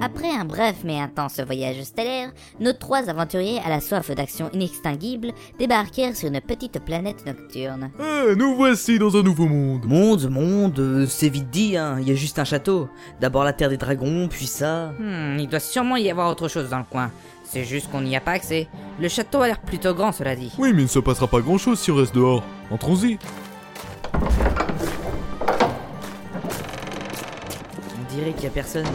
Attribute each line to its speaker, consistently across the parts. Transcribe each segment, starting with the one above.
Speaker 1: Après un bref mais intense voyage stellaire, nos trois aventuriers à la soif d'action inextinguible débarquèrent sur une petite planète nocturne.
Speaker 2: Eh, nous voici dans un nouveau monde.
Speaker 3: Monde, monde, euh, c'est vite dit, hein. Il y a juste un château. D'abord la terre des dragons, puis ça.
Speaker 4: Hmm, il doit sûrement y avoir autre chose dans le coin. C'est juste qu'on n'y a pas accès. Le château a l'air plutôt grand, cela dit.
Speaker 2: Oui, mais il ne se passera pas grand chose si on reste dehors. Entrons-y.
Speaker 3: On dirait qu'il y a personne.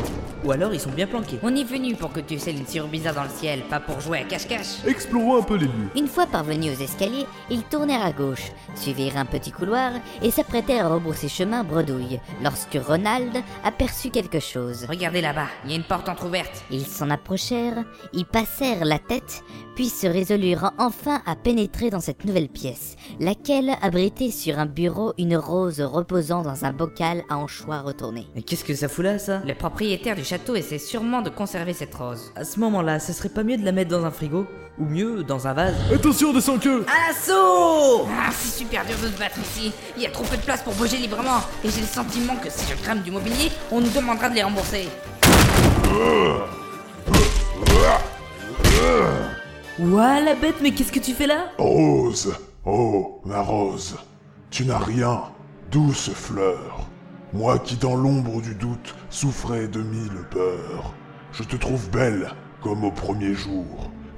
Speaker 3: Ou alors ils sont bien planqués.
Speaker 4: On est venu pour que tu scelles une sirop bizarre dans le ciel, pas pour jouer à cache-cache.
Speaker 2: Explorons un peu les lieux.
Speaker 1: Une fois parvenus aux escaliers, ils tournèrent à gauche, suivirent un petit couloir et s'apprêtèrent à rebourser chemin bredouille, lorsque Ronald aperçut quelque chose.
Speaker 4: Regardez là-bas, il y a une porte entr'ouverte.
Speaker 1: Ils s'en approchèrent, y passèrent la tête, puis se résolurent enfin à pénétrer dans cette nouvelle pièce, laquelle abritait sur un bureau une rose reposant dans un bocal à anchois retourné.
Speaker 3: Mais qu'est-ce que ça fout là, ça
Speaker 4: Le propriétaire du château essaie sûrement de conserver cette rose.
Speaker 3: À ce moment-là, ça serait pas mieux de la mettre dans un frigo Ou mieux, dans un vase
Speaker 2: Attention des sans-queues
Speaker 3: À l'assaut
Speaker 4: Ah, c'est super dur de se battre ici. Il y a trop peu de place pour bouger librement. Et j'ai le sentiment que si je crame du mobilier, on nous demandera de les rembourser.
Speaker 3: Ouah, la bête, mais qu'est-ce que tu fais là
Speaker 5: Rose, oh ma rose, tu n'as rien, douce fleur. Moi qui dans l'ombre du doute souffrais de mille peurs, je te trouve belle comme au premier jour,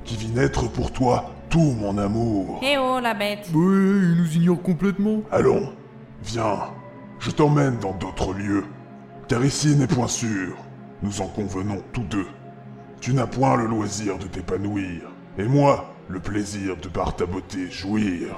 Speaker 5: qui vit naître pour toi tout mon amour.
Speaker 4: Eh oh, la bête.
Speaker 2: Ouais, il nous ignore complètement.
Speaker 5: Allons, viens, je t'emmène dans d'autres lieux, car ici n'est point sûr, nous en convenons tous deux. Tu n'as point le loisir de t'épanouir, et moi le plaisir de par ta beauté jouir.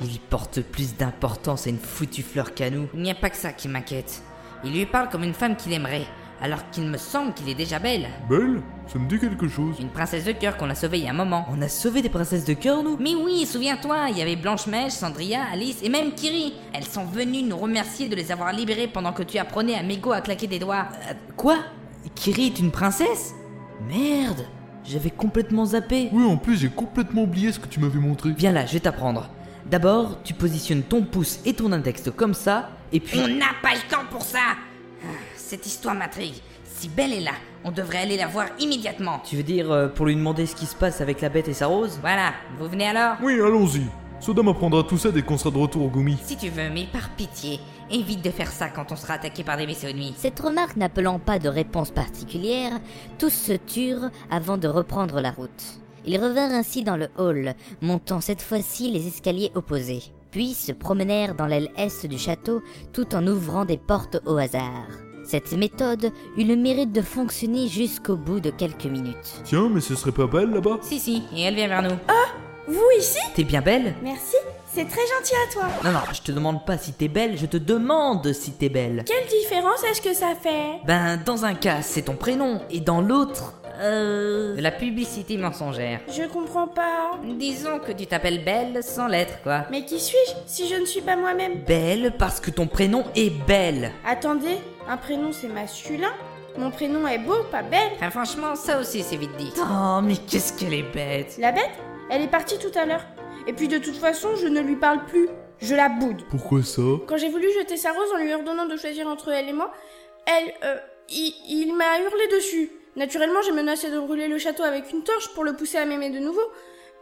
Speaker 3: Il porte plus d'importance à une foutue fleur qu'à nous.
Speaker 4: Il n'y a pas que ça qui m'inquiète. Il lui parle comme une femme qu'il aimerait, alors qu'il me semble qu'il est déjà belle.
Speaker 2: Belle Ça me dit quelque chose.
Speaker 4: Une princesse de cœur qu'on a sauvée il y a un moment.
Speaker 3: On a sauvé des princesses de cœur, nous
Speaker 4: Mais oui, souviens-toi, il y avait Blanche-Neige, Sandria, Alice et même Kiri. Elles sont venues nous remercier de les avoir libérées pendant que tu apprenais à Mego à claquer des doigts.
Speaker 3: Quoi Kiri est une princesse Merde J'avais complètement zappé.
Speaker 2: Oui, en plus, j'ai complètement oublié ce que tu m'avais montré.
Speaker 3: Viens là, je vais t'apprendre. D'abord, tu positionnes ton pouce et ton index comme ça, et puis...
Speaker 4: On n'a pas le temps pour ça Ah, Cette histoire m'intrigue. Si Belle est là, on devrait aller la voir immédiatement.
Speaker 3: Tu veux dire euh, pour lui demander ce qui se passe avec la bête et sa rose
Speaker 4: Voilà, vous venez alors
Speaker 2: Oui, allons-y. Soda m'apprendra tout ça dès qu'on sera de retour au Gumi.
Speaker 4: Si tu veux, mais par pitié, évite de faire ça quand on sera attaqué par des vaisseaux ennemis.
Speaker 1: Cette remarque n'appelant pas de réponse particulière, tous se turent avant de reprendre la route. Ils revinrent ainsi dans le hall, montant cette fois-ci les escaliers opposés, puis se promenèrent dans l'aile est du château tout en ouvrant des portes au hasard. Cette méthode eut le mérite de fonctionner jusqu'au bout de quelques minutes.
Speaker 2: Tiens, mais ce serait pas belle là-bas
Speaker 4: Si, si, et elle vient vers nous.
Speaker 6: Vous ici
Speaker 3: T'es bien belle
Speaker 6: Merci, c'est très gentil à toi.
Speaker 3: Non, non, je te demande pas si t'es belle, je te demande si t'es belle.
Speaker 6: Quelle différence est-ce que ça fait
Speaker 3: Ben, dans un cas, c'est ton prénom, et dans l'autre, euh...
Speaker 4: De la publicité mensongère.
Speaker 6: Je comprends pas.
Speaker 4: Disons que tu t'appelles Belle sans l'être, quoi.
Speaker 6: Mais qui suis-je si je ne suis pas moi-même
Speaker 3: Belle parce que ton prénom est belle.
Speaker 6: Attendez, un prénom c'est masculin. Mon prénom est beau, pas belle.
Speaker 4: Enfin, franchement, ça aussi, c'est vite dit.
Speaker 3: Oh, mais qu'est-ce qu'elle est bête.
Speaker 6: La bête, elle est partie tout à l'heure. Et puis de toute façon, je ne lui parle plus. Je la boude.
Speaker 2: Pourquoi ça
Speaker 6: Quand j'ai voulu jeter sa rose en lui ordonnant de choisir entre elle et moi, elle, euh, il, il m'a hurlé dessus. Naturellement, j'ai menacé de brûler le château avec une torche pour le pousser à m'aimer de nouveau,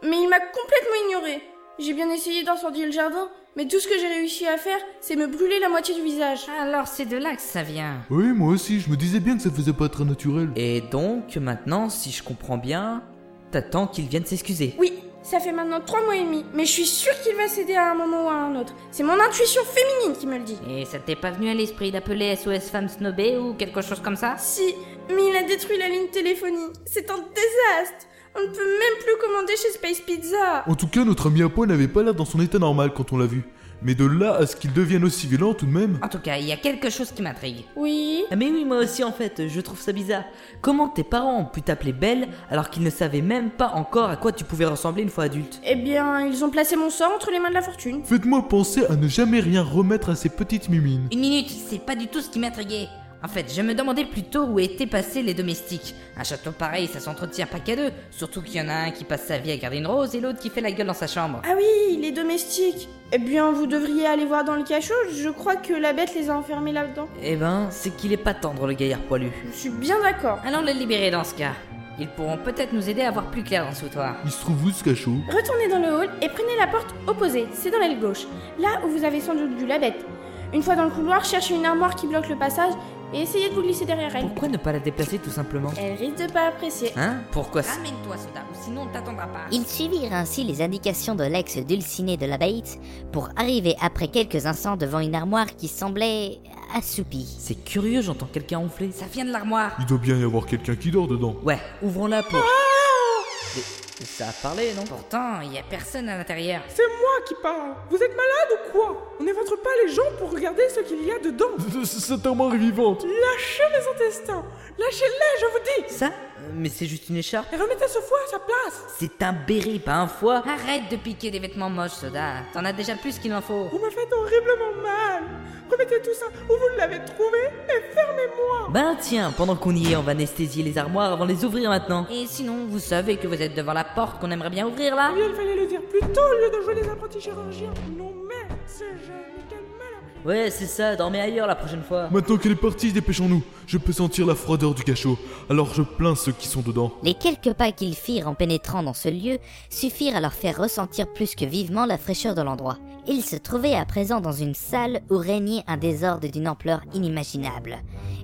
Speaker 6: mais il m'a complètement ignoré. J'ai bien essayé d'incendier le jardin, mais tout ce que j'ai réussi à faire, c'est me brûler la moitié du visage.
Speaker 4: Alors, c'est de là que ça vient.
Speaker 2: Oui, moi aussi, je me disais bien que ça faisait pas très naturel.
Speaker 3: Et donc, maintenant, si je comprends bien, t'attends qu'il vienne s'excuser.
Speaker 6: Oui, ça fait maintenant trois mois et demi, mais je suis sûre qu'il va céder à un moment ou à un autre. C'est mon intuition féminine qui me le dit.
Speaker 4: Et ça t'est pas venu à l'esprit d'appeler SOS Femme Snobée ou quelque chose comme ça
Speaker 6: Si, mais il a détruit la ligne téléphonie. C'est un désastre. On ne peut même plus commander chez Space Pizza.
Speaker 2: En tout cas, notre ami Apo n'avait pas l'air dans son état normal quand on l'a vu. Mais de là à ce qu'il devienne aussi violent tout de même.
Speaker 4: En tout cas, il y a quelque chose qui m'intrigue.
Speaker 6: Oui,
Speaker 3: Ah mais oui, moi aussi en fait, je trouve ça bizarre. Comment tes parents ont pu t'appeler Belle alors qu'ils ne savaient même pas encore à quoi tu pouvais ressembler une fois adulte
Speaker 6: eh bien, ils ont placé mon sort entre les mains de la fortune.
Speaker 2: Faites-moi penser à ne jamais rien remettre à ces petites mimines.
Speaker 4: Une minute, c'est pas du tout ce qui m'intriguait. En fait, je me demandais plutôt où étaient passés les domestiques. Un château pareil, ça s'entretient pas qu'à deux, surtout qu'il y en a un qui passe sa vie à garder une rose et l'autre qui fait la gueule dans sa chambre.
Speaker 6: Ah oui, les domestiques. Eh bien, vous devriez aller voir dans le cachot. Je crois que la bête les a enfermés là-dedans.
Speaker 3: Eh ben, c'est qu'il est pas tendre le gaillard poilu.
Speaker 6: Je suis bien d'accord.
Speaker 4: Allons les libérer dans ce cas. Ils pourront peut-être nous aider à voir plus clair dans ce foutoir.
Speaker 2: Il se trouve où ce cachot
Speaker 6: Retournez dans le hall et prenez la porte opposée, c'est dans l'aile gauche, là où vous avez sans doute vu la bête. Une fois dans le couloir, cherchez une armoire qui bloque le passage et essayez de vous glisser derrière elle.
Speaker 3: Pourquoi ne pas la déplacer tout simplement
Speaker 6: Elle risque de pas apprécier.
Speaker 3: Hein Pourquoi ça
Speaker 4: Ramène-toi, Soda, ou sinon on t'attendra pas.
Speaker 1: Ils suivirent ainsi les indications de l'ex dulciné de la bête pour arriver après quelques instants devant une armoire qui semblait assoupie.
Speaker 3: C'est curieux, j'entends quelqu'un ronfler.
Speaker 4: Ça vient de l'armoire.
Speaker 2: Il doit bien y avoir quelqu'un qui dort dedans.
Speaker 3: Ouais, ouvrons-la pour...
Speaker 4: Ah
Speaker 3: Mais- Ça a parlé, non
Speaker 4: Pourtant, il y a personne à l'intérieur.
Speaker 7: C'est moi qui parle. Vous êtes malade ou quoi On n'éventre pas les gens pour regarder ce qu'il y a dedans.
Speaker 2: Cette armoire est vivante
Speaker 7: Lâchez mes intestins. Lâchez-les, je vous dis.
Speaker 3: Ça Euh, Mais c'est juste une écharpe.
Speaker 7: Et remettez ce foie à sa place.
Speaker 3: C'est un béret, pas un foie.
Speaker 4: Arrête de piquer des vêtements moches, Soda. T'en as déjà plus qu'il en faut.
Speaker 7: Vous me faites horriblement mal. Remettez tout ça où vous l'avez trouvé et fermez-moi.
Speaker 3: Ben tiens, pendant qu'on y est, on va anesthésier les armoires avant de les ouvrir maintenant.
Speaker 4: Et sinon, vous savez que vous êtes devant la porte qu'on aimerait bien ouvrir là
Speaker 7: Il fallait le dire plus tôt au lieu de jouer les apprentis chirurgiens. Non mais, ce jeune, mais quel malapropos.
Speaker 3: Ouais, c'est ça, dormez ailleurs la prochaine fois.
Speaker 2: Maintenant qu'elle est partie, dépêchons-nous. Je peux sentir la froideur du cachot, alors je plains ceux qui sont dedans.
Speaker 1: Les quelques pas qu'ils firent en pénétrant dans ce lieu suffirent à leur faire ressentir plus que vivement la fraîcheur de l'endroit. Ils se trouvaient à présent dans une salle où régnait un désordre d'une ampleur inimaginable,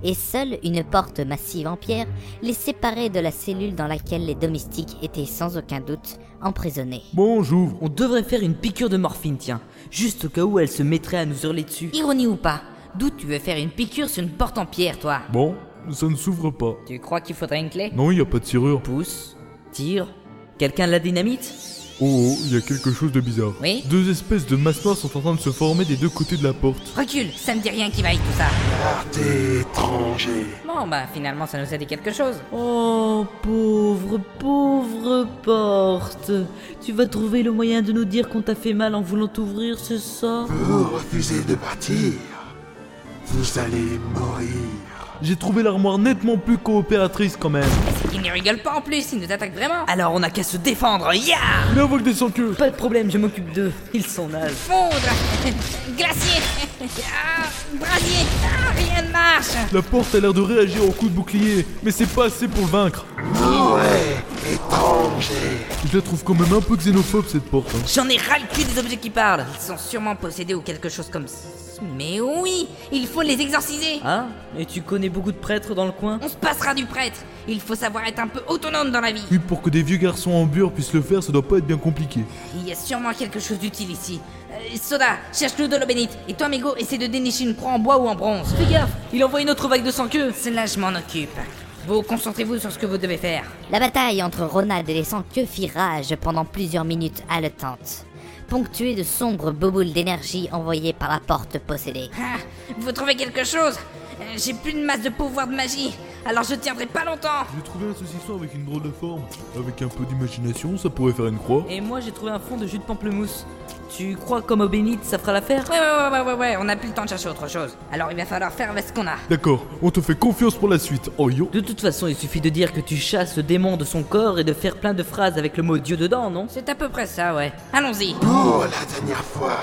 Speaker 1: et seule une porte massive en pierre les séparait de la cellule dans laquelle les domestiques étaient sans aucun doute emprisonnés.
Speaker 2: Bon, j'ouvre.
Speaker 3: On devrait faire une piqûre de morphine, tiens. Juste au cas où elle se mettrait à nous hurler dessus.
Speaker 4: Ironie ou pas, d'où tu veux faire une piqûre sur une porte en pierre, toi
Speaker 2: Bon, ça ne s'ouvre pas.
Speaker 4: Tu crois qu'il faudrait une clé
Speaker 2: Non, il n'y a pas de serrure.
Speaker 3: Pousse, tire. Quelqu'un de la dynamite
Speaker 2: Oh, il y a quelque chose de bizarre.
Speaker 4: Oui
Speaker 2: Deux espèces de masses noires sont en train de se former des deux côtés de la porte.
Speaker 4: Recule, ça me dit rien qui vaille tout ça.
Speaker 5: Partez, étranger.
Speaker 4: Bon, bah finalement, ça nous a dit quelque chose.
Speaker 3: Oh, pauvre, pauvre porte. Tu vas trouver le moyen de nous dire qu'on t'a fait mal en voulant t'ouvrir, c'est ça
Speaker 5: Vous refusez de partir. Vous allez mourir.
Speaker 2: J'ai trouvé l'armoire nettement plus coopératrice quand même.
Speaker 4: C'est qu'il ne rigole pas en plus, il nous attaque vraiment.
Speaker 3: Alors on a qu'à se défendre, ya
Speaker 2: Il invoque des sans queues
Speaker 3: Pas de problème, je m'occupe d'eux. Ils sont nazes.
Speaker 4: Fondre Glacier ah, Brasier ah, Rien ne marche
Speaker 2: La porte a l'air de réagir au coup de bouclier, mais c'est pas assez pour le vaincre. Je la trouve quand même un peu xénophobe cette porte. hein.
Speaker 3: J'en ai ras le cul des objets qui parlent.
Speaker 4: Ils sont sûrement possédés ou quelque chose comme ça. Mais oui Il faut les exorciser
Speaker 3: Ah Et tu connais beaucoup de prêtres dans le coin
Speaker 4: On se passera du prêtre Il faut savoir être un peu autonome dans la vie
Speaker 2: Oui, pour que des vieux garçons en bure puissent le faire, ça doit pas être bien compliqué.
Speaker 4: Il y a sûrement quelque chose d'utile ici. Euh, Soda, cherche-nous de l'eau bénite. Et toi, Mego, essaie de dénicher une proie en bois ou en bronze.
Speaker 3: Fais gaffe, il envoie une autre vague de sang queue.
Speaker 4: Cela, je m'en occupe. Vous, concentrez-vous sur ce que vous devez faire.
Speaker 1: La bataille entre Ronald et les sans-queues fit rage pendant plusieurs minutes haletantes, ponctuée de sombres bouboules d'énergie envoyées par la porte possédée.
Speaker 4: Ah, vous trouvez quelque chose Euh, J'ai plus de masse de pouvoir de magie, alors je tiendrai pas longtemps.
Speaker 2: J'ai trouvé un saucisson avec une drôle de forme. Avec un peu d'imagination, ça pourrait faire une croix.
Speaker 3: Et moi j'ai trouvé un fond de jus de pamplemousse. Tu crois comme au bénite ça fera l'affaire
Speaker 4: Ouais, ouais, ouais, ouais, ouais, ouais, on n'a plus le temps de chercher autre chose. Alors il va falloir faire avec ce qu'on a.
Speaker 2: D'accord, on te fait confiance pour la suite. Oh yo
Speaker 3: De toute façon, il suffit de dire que tu chasses le démon de son corps et de faire plein de phrases avec le mot Dieu dedans, non
Speaker 4: C'est à peu près ça, ouais. Allons-y.
Speaker 5: Pour la dernière fois,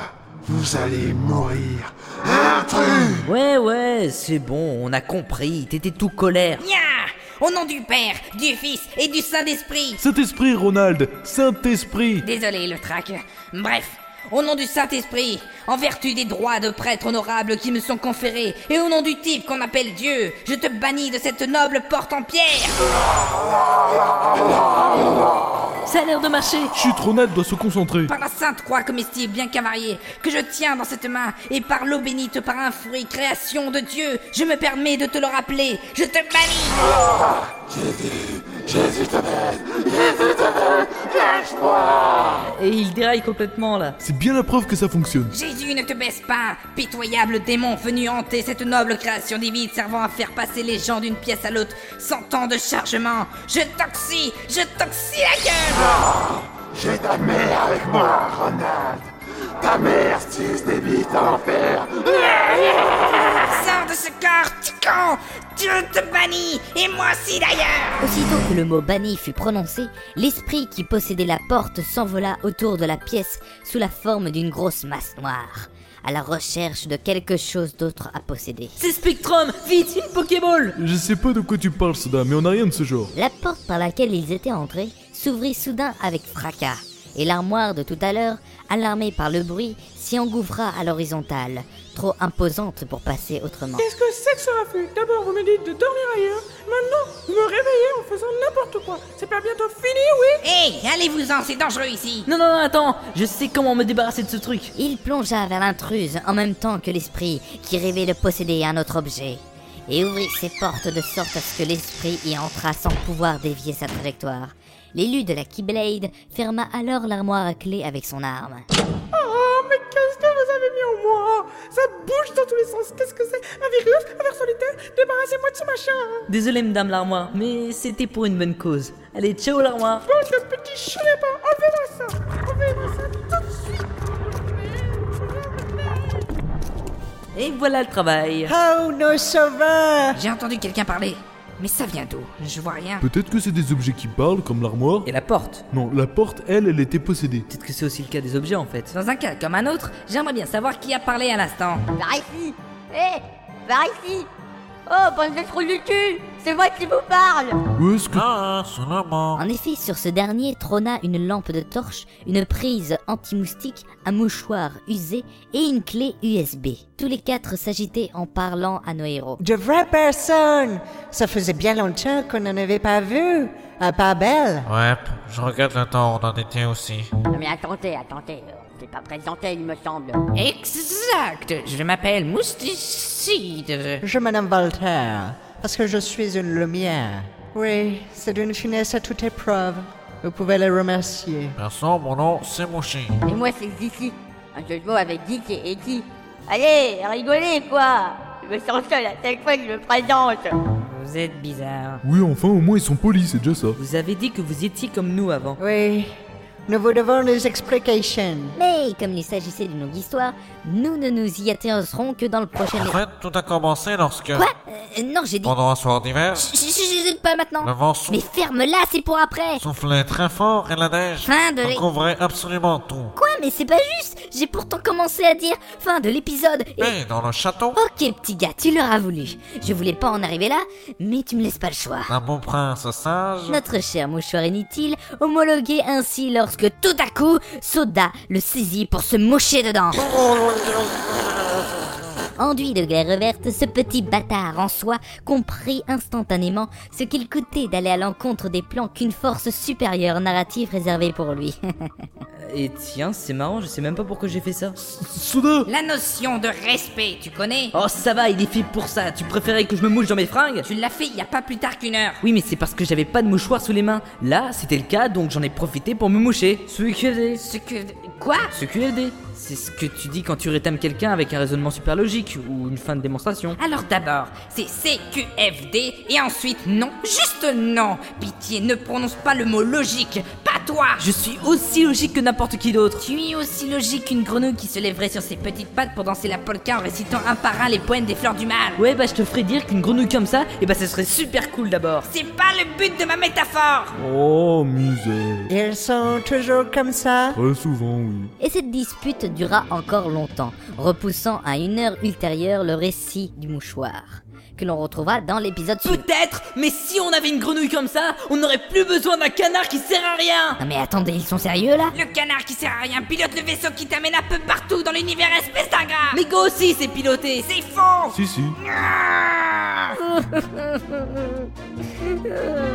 Speaker 5: vous allez mourir. Intrus
Speaker 3: Ouais, ouais, c'est bon, on a compris, t'étais tout colère.
Speaker 4: Nya Au nom du Père, du Fils et du Saint-Esprit
Speaker 2: Saint-Esprit, Ronald Saint-Esprit
Speaker 4: Désolé, le trac. Bref, au nom du Saint-Esprit, en vertu des droits de prêtre honorable qui me sont conférés, et au nom du type qu'on appelle Dieu, je te bannis de cette noble porte en pierre
Speaker 3: Ça a l'air de marcher
Speaker 2: Chut, Ronald doit se concentrer.
Speaker 4: par la sainte croix comestible bien cavariée que je tiens dans cette main et par l'eau bénite par un fruit création de Dieu, je me permets de te le rappeler, je te bannis
Speaker 3: Et il déraille complètement là.
Speaker 2: C'est bien la preuve que ça fonctionne.
Speaker 4: Jésus ne te baisse pas, pitoyable démon venu hanter cette noble création divine servant à faire passer les gens d'une pièce à l'autre sans temps de chargement, je toxie, je toxie la gueule
Speaker 5: J'ai ta mère avec moi, Ronald. Ta mère, si se débite à l'enfer.
Speaker 4: Sors de ce corps, pratiquant, je te bannis, et moi aussi d'ailleurs
Speaker 1: Aussitôt que le mot banni fut prononcé, l'esprit qui possédait la porte s'envola autour de la pièce sous la forme d'une grosse masse noire, à la recherche de quelque chose d'autre à posséder.
Speaker 3: C'est Spectrum Vite, une Pokéball
Speaker 2: Je sais pas de quoi tu parles, Soda, mais on n'a rien de ce genre.
Speaker 1: La porte par laquelle ils étaient entrés s'ouvrit soudain avec fracas, et l'armoire de tout à l'heure, alarmée par le bruit, s'y engouffra à l'horizontale, trop imposante pour passer autrement.
Speaker 7: Qu'est-ce que c'est que ce raffut D'abord, vous me dites de dormir ailleurs. Maintenant, vous me réveillez en faisant n'importe quoi. C'est pas bientôt fini, oui
Speaker 4: Hé, allez-vous-en, c'est dangereux ici
Speaker 3: Non, non, non, attends Je sais comment me débarrasser de ce truc
Speaker 1: Il plongea vers l'intruse en même temps que l'esprit qui rêvait de posséder un autre objet et ouvrit ses portes de sorte à ce que l'esprit y entra sans pouvoir dévier sa trajectoire. L'élu de la Keyblade ferma alors l'armoire à clé avec son arme.
Speaker 7: Oh, mais qu'est-ce que vous avez mis en moi Ça bouge dans tous les sens. Qu'est-ce que c'est Un virus Un ver solitaire Débarrassez-moi de ce machin
Speaker 3: Désolé, madame l'armoire, mais c'était pour une bonne cause. Allez, ciao l'armoire
Speaker 7: Bon, le petit chalépin Enlevez-moi ça Enlevez-moi ça tout de suite
Speaker 3: Et voilà le travail
Speaker 8: Oh, nos sauveurs
Speaker 4: J'ai entendu quelqu'un parler, mais ça vient d'où Je vois rien.
Speaker 2: Peut-être que c'est des objets qui parlent, comme l'armoire.
Speaker 3: Et la porte
Speaker 2: Non, la porte, elle, elle était possédée.
Speaker 3: Peut-être que c'est aussi le cas des objets en fait.
Speaker 4: Dans un cas comme un autre, j'aimerais bien savoir qui a parlé à l'instant.
Speaker 9: Par ici Hé Par ici Oh, bande de trous du cul C'est moi qui vous parle
Speaker 2: Où est-ce que...
Speaker 1: En effet, sur ce dernier trôna une lampe de torche, une prise anti-moustique, un mouchoir usé et une clé USB. Tous les quatre s'agitaient en parlant à nos héros.
Speaker 8: De vraies personnes Ça faisait bien longtemps qu'on n'en avait pas vu, à part Belle.
Speaker 10: Ouais, je regarde le temps où on en était aussi.
Speaker 9: Non mais attendez, attendez, on s'est pas présenté il me semble.
Speaker 4: Exact Je m'appelle Mousticide.
Speaker 8: Je me nomme
Speaker 3: Ah.
Speaker 8: Voltaire, parce que je suis une lumière. Oui, c'est d'une finesse à toute épreuve. Vous pouvez les remercier.
Speaker 10: Perso, mon nom, c'est Mouchi.
Speaker 9: Et moi c'est Zizi, un jeu de mots avec Geek et Eti. Allez, rigolez quoi Je me sens seul à chaque fois que je me présente
Speaker 4: Vous êtes bizarre.
Speaker 2: Oui, enfin, au moins, ils sont polis, c'est déjà ça.
Speaker 3: Vous avez dit que vous étiez comme nous avant.
Speaker 8: Oui, nous vous devons des explications.
Speaker 1: Mais comme il s'agissait d'une longue histoire, nous ne nous y intéresserons que dans le prochain...
Speaker 10: En fait, tout a commencé lorsque,
Speaker 1: Quoi Euh, Non, j'ai dit...
Speaker 10: pendant un soir d'hiver,
Speaker 1: Chut, chut, chut, chut, pas maintenant
Speaker 10: le vent sou-
Speaker 1: Mais ferme-la, c'est pour après
Speaker 10: soufflait très fort et la neige
Speaker 1: Fin de l'é-
Speaker 10: recouvrait absolument tout.
Speaker 1: Quoi Mais c'est pas juste J'ai pourtant commencé à dire fin de l'épisode et... Oh!
Speaker 10: Et dans le château,
Speaker 1: Ok petit gars, tu l'auras voulu. Je voulais pas en arriver là, mais tu me laisses pas le choix.
Speaker 10: un bon prince sage,
Speaker 1: Notre cher mouchoir inutile homologuait ainsi lorsque tout à coup, Soda le saisit pour se moucher dedans.
Speaker 10: Oh,
Speaker 1: Enduit de glaire verte, ce petit bâtard en soi comprit instantanément ce qu'il coûtait d'aller à l'encontre des plans qu'une force supérieure narrative réservait pour lui.
Speaker 3: Et tiens, c'est marrant, je sais même pas pourquoi j'ai fait ça.
Speaker 2: Soda
Speaker 4: La notion de respect, tu connais
Speaker 3: Oh ça va, il est fait pour ça. Tu préférais que je me mouche dans mes fringues
Speaker 4: Tu l'as fait il y a pas plus tard qu'une heure.
Speaker 3: Oui, mais c'est parce que j'avais pas de mouchoir sous les mains. Là, c'était le cas, donc j'en ai profité pour me moucher. QFD
Speaker 4: Ce que... Quoi
Speaker 3: Ce QFD C'est ce que tu dis quand tu rétames quelqu'un avec un raisonnement super logique ou une fin de démonstration.
Speaker 4: Alors d'abord, c'est CQFD et ensuite non, juste non. Pitié, ne prononce pas le mot logique, pas toi.
Speaker 3: Je suis aussi logique que n'importe qui d'autre.
Speaker 4: Tu es aussi logique qu'une grenouille qui se lèverait sur ses petites pattes pour danser la polka en récitant un par un les poèmes des fleurs du mal.
Speaker 3: Ouais, bah je te ferais dire qu'une grenouille comme ça, et bah ça serait super cool d'abord.
Speaker 4: C'est pas le but de ma métaphore.
Speaker 2: Oh, misère.
Speaker 8: Ils sont toujours comme ça.
Speaker 2: Très souvent, oui.
Speaker 1: Et cette dispute dura encore longtemps, repoussant à une heure ultérieure le récit du mouchoir, que l'on retrouvera dans l'épisode suivant.
Speaker 3: Peut-être, mais si on avait une grenouille comme ça, on n'aurait plus besoin d'un canard qui sert à rien.
Speaker 1: Non mais attendez, ils sont sérieux là
Speaker 4: Le canard qui sert à rien pilote le vaisseau qui t'amène un peu partout dans l'univers espèce d'ingrat.
Speaker 3: Mais go aussi, c'est piloté.
Speaker 4: c'est faux.
Speaker 2: Si, si.
Speaker 4: Ah
Speaker 1: Euh.